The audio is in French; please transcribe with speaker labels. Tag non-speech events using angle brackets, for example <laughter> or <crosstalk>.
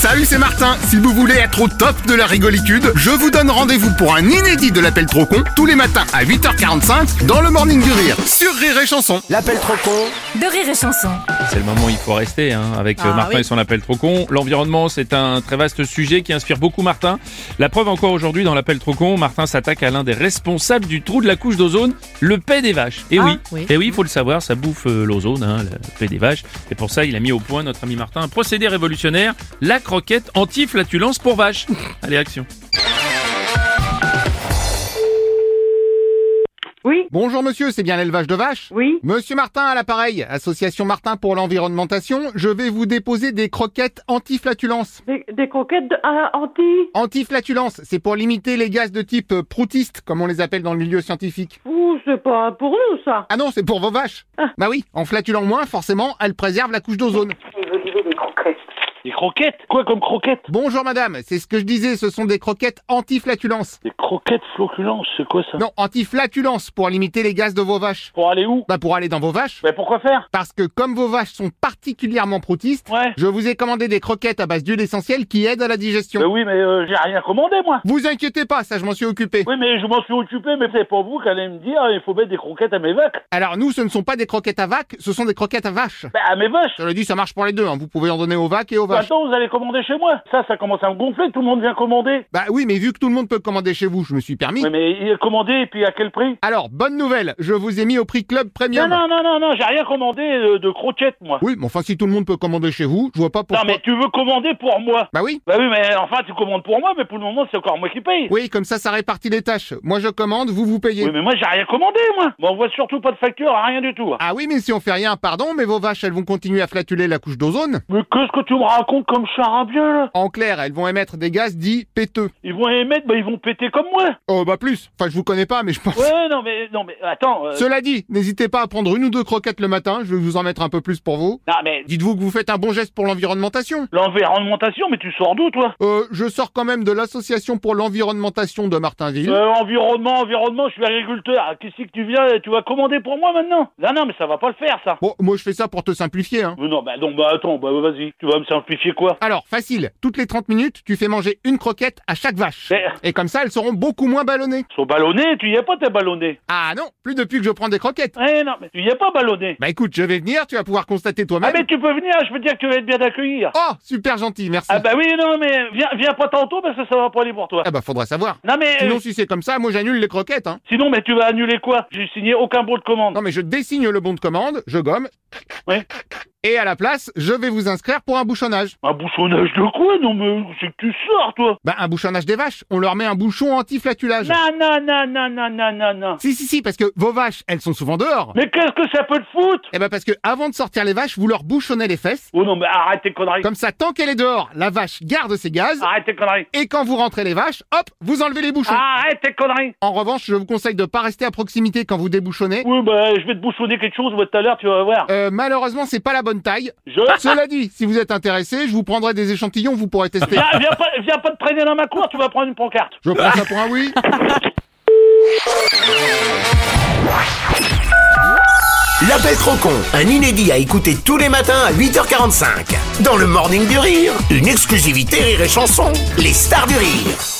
Speaker 1: Salut, c'est Martin. Si vous voulez être au top de la rigolitude, je vous donne rendez-vous pour un inédit de l'appel trop con tous les matins à 8h45 dans le Morning du Rire sur Rire et Chanson.
Speaker 2: L'appel trop con
Speaker 3: de Rire et Chanson.
Speaker 4: C'est le moment où il faut rester hein, avec euh,
Speaker 3: Ah,
Speaker 4: Martin
Speaker 3: oui.
Speaker 4: et son appel trop con. L'environnement, c'est un très vaste sujet qui inspire beaucoup Martin. La preuve encore aujourd'hui dans l'appel trop con, Martin s'attaque à l'un des responsables du trou de la couche d'ozone, le paix des vaches. Et
Speaker 3: Ah,
Speaker 4: oui,
Speaker 3: oui.
Speaker 4: et oui, il faut le savoir, ça bouffe euh, l'ozone, hein, le paix des vaches. Et pour ça, il a mis au point notre ami Martin un procédé révolutionnaire, la croquette anti-flatulence pour
Speaker 3: <laughs>
Speaker 4: vaches. Allez, action.
Speaker 5: Oui,
Speaker 1: Bonjour monsieur, c'est bien l'élevage de vaches
Speaker 5: oui.
Speaker 1: Monsieur Martin à l'appareil, Association Martin pour l'environnementation, je vais vous déposer des croquettes anti-flatulence.
Speaker 5: Des, des croquettes de- ah, anti.
Speaker 1: Anti-flatulence, c'est pour limiter les gaz de type euh, proutiste, comme on les appelle dans le milieu scientifique.
Speaker 5: Ouh, c'est pas pour nous, ça.
Speaker 1: Ah non, c'est pour vos vaches.
Speaker 6: Ah.
Speaker 1: Bah oui, en flatulant moins, forcément, elles préservent la couche d'ozone.
Speaker 6: Des croquettes Quoi comme croquettes
Speaker 1: Bonjour madame, c'est ce que je disais, ce sont des croquettes anti-flatulence.
Speaker 6: Des croquettes floculentes, c'est quoi ça
Speaker 1: Non, anti-flatulence pour limiter les gaz de vos vaches.
Speaker 6: Pour aller où
Speaker 1: Bah pour aller dans vos vaches,
Speaker 6: Mais pourquoi faire
Speaker 1: parce que comme vos vaches sont particulièrement proutistes,
Speaker 6: Ouais.
Speaker 1: je vous ai commandé des croquettes à base d'huile essentielle qui aident à la
Speaker 6: Mais
Speaker 1: digestion.
Speaker 6: oui, mais euh, j'ai rien commandé, moi
Speaker 1: Vous inquiétez pas, ça je m'en suis occupé.
Speaker 6: Oui, mais je m'en suis occupé, mais c'est pas vous qui allez me dire il faut mettre des croquettes à mes vaches.
Speaker 1: Alors nous, ce ne sont pas des croquettes à vaques, ce sont des croquettes à vaches.
Speaker 6: Bah, à mes vaches
Speaker 1: Je le dis, ça marche pour les deux, hein. vous pouvez en donner aux vaques et aux vaches.
Speaker 6: Attends, vous allez commander chez moi Ça, ça commence à me gonfler, tout le monde vient commander
Speaker 1: Bah oui, mais vu que tout le monde peut commander chez vous, je me suis permis.
Speaker 6: Oui, mais il est commandé, et puis à quel prix
Speaker 1: Alors, bonne nouvelle, je vous ai mis au prix club
Speaker 6: Non,
Speaker 1: premium.
Speaker 6: non, non, non, non, j'ai rien commandé euh, de croquettes, moi
Speaker 1: Oui, mais enfin si tout le monde peut commander chez vous, je vois pas pourquoi...
Speaker 6: Non, mais tu veux commander pour moi
Speaker 1: Bah oui,
Speaker 6: Bah oui, mais enfin, tu commandes pour moi, mais pour le moment, c'est encore moi qui paye
Speaker 1: oui, comme ça, ça répartit les tâches. Moi je commande, vous vous payez.
Speaker 6: Oui, mais moi, j'ai rien commandé, moi M'envoie surtout pas de facture, rien du tout hein.
Speaker 1: Ah oui, mais si on fait rien, pardon, mais vos vaches, elles vont continuer à flatuler la couche d'ozone.
Speaker 6: Mais qu'est-ce que tu me racontes comme charabia, là
Speaker 1: En clair, elles vont émettre des gaz dits péteux.
Speaker 6: Ils vont émettre, bah ils vont péter comme moi
Speaker 1: Oh, bah plus. Enfin, je vous connais pas, mais je pense.
Speaker 6: Ouais, non mais, non mais, attends... euh,
Speaker 1: Cela dit, n'hésitez pas à prendre une ou deux croquettes le matin, je vais vous en mettre un peu plus pour vous.
Speaker 6: Non mais,
Speaker 1: Dites-vous que vous faites un bon geste pour l'environnementation.
Speaker 6: l'environnementation, mais tu sors d'où, toi
Speaker 1: Euh, je sors quand même de l'association pour l'environnementation de Martinville.
Speaker 6: euh, environnement, environnement, je suis agriculteur. Ah, Qu'est-ce que tu viens Tu vas commander pour moi maintenant Non, non, mais ça va pas le faire, ça.
Speaker 1: Bon, moi je fais ça pour te simplifier, hein.
Speaker 6: Mais non, bah non, bah attends, bah vas-y. Tu vas me simplifier quoi
Speaker 1: Alors, facile, toutes les 30 minutes, tu fais manger une croquette à chaque vache.
Speaker 6: Mais-
Speaker 1: Et comme ça, elles seront beaucoup moins ballonnées.
Speaker 6: Ils Eh, sont ballonnés, tu y es pas, t'es ballonné.
Speaker 1: Ah non, plus depuis que je prends des croquettes.
Speaker 6: Eh non, mais tu y es pas ballonné.
Speaker 1: Bah écoute, je vais venir, tu vas pouvoir constater
Speaker 6: Ah
Speaker 1: toi-même.
Speaker 6: mais tu peux venir, je peux te dire que tu vas être bien d'accueillir.
Speaker 1: Oh, super gentil, merci.
Speaker 6: Ah bah oui, non, mais viens, viens pas tantôt parce que ça va pas aller pour toi.
Speaker 1: Ah bah faudra savoir.
Speaker 6: Non mais, euh,
Speaker 1: Sinon, si c'est comme ça, moi j'annule les croquettes. Hein.
Speaker 6: sinon, mais tu vas annuler quoi J'ai signé aucun bon de commande.
Speaker 1: Non mais je dessigne le bon de commande, je gomme.
Speaker 6: Ouais.
Speaker 1: Et à la place, je vais vous inscrire pour un bouchonnage.
Speaker 6: Un bouchonnage de quoi Non mais c'est que tu sors toi
Speaker 1: Bah un bouchonnage des vaches, on leur met un bouchon anti-flatulage.
Speaker 6: Non, non, non, non, non, non, non, non
Speaker 1: Si, si, si, parce que vos vaches, elles sont souvent dehors.
Speaker 6: Mais qu'est-ce que ça peut te foutre
Speaker 1: Eh ben parce que avant de sortir les vaches, vous leur bouchonnez les fesses.
Speaker 6: Oh non mais arrête tes conneries
Speaker 1: Comme ça, tant qu'elle est dehors, la vache garde ses gaz.
Speaker 6: Arrête tes conneries
Speaker 1: Et quand vous rentrez les vaches, hop, vous enlevez les bouchons.
Speaker 6: Arrête tes conneries
Speaker 1: En revanche, je vous conseille de pas rester à proximité quand vous débouchonnez.
Speaker 6: Oui bah je vais te bouchonner quelque chose moi tout à l'heure tu vas voir
Speaker 1: Euh, malheureusement, c'est pas la bonne taille.
Speaker 6: Je... <laughs>
Speaker 1: Cela dit, si vous êtes intéressé, je vous prendrai des échantillons, vous pourrez tester.
Speaker 6: <laughs> Viens, viens, pas, viens pas te traîner dans ma cour, tu vas prendre une pancarte
Speaker 1: Je prends ça pour un oui.
Speaker 2: L'appel trop con Un inédit à écouter tous les matins à 8h45. Dans le Morning du Rire. Une exclusivité Rire et Chanson. Les stars du rire.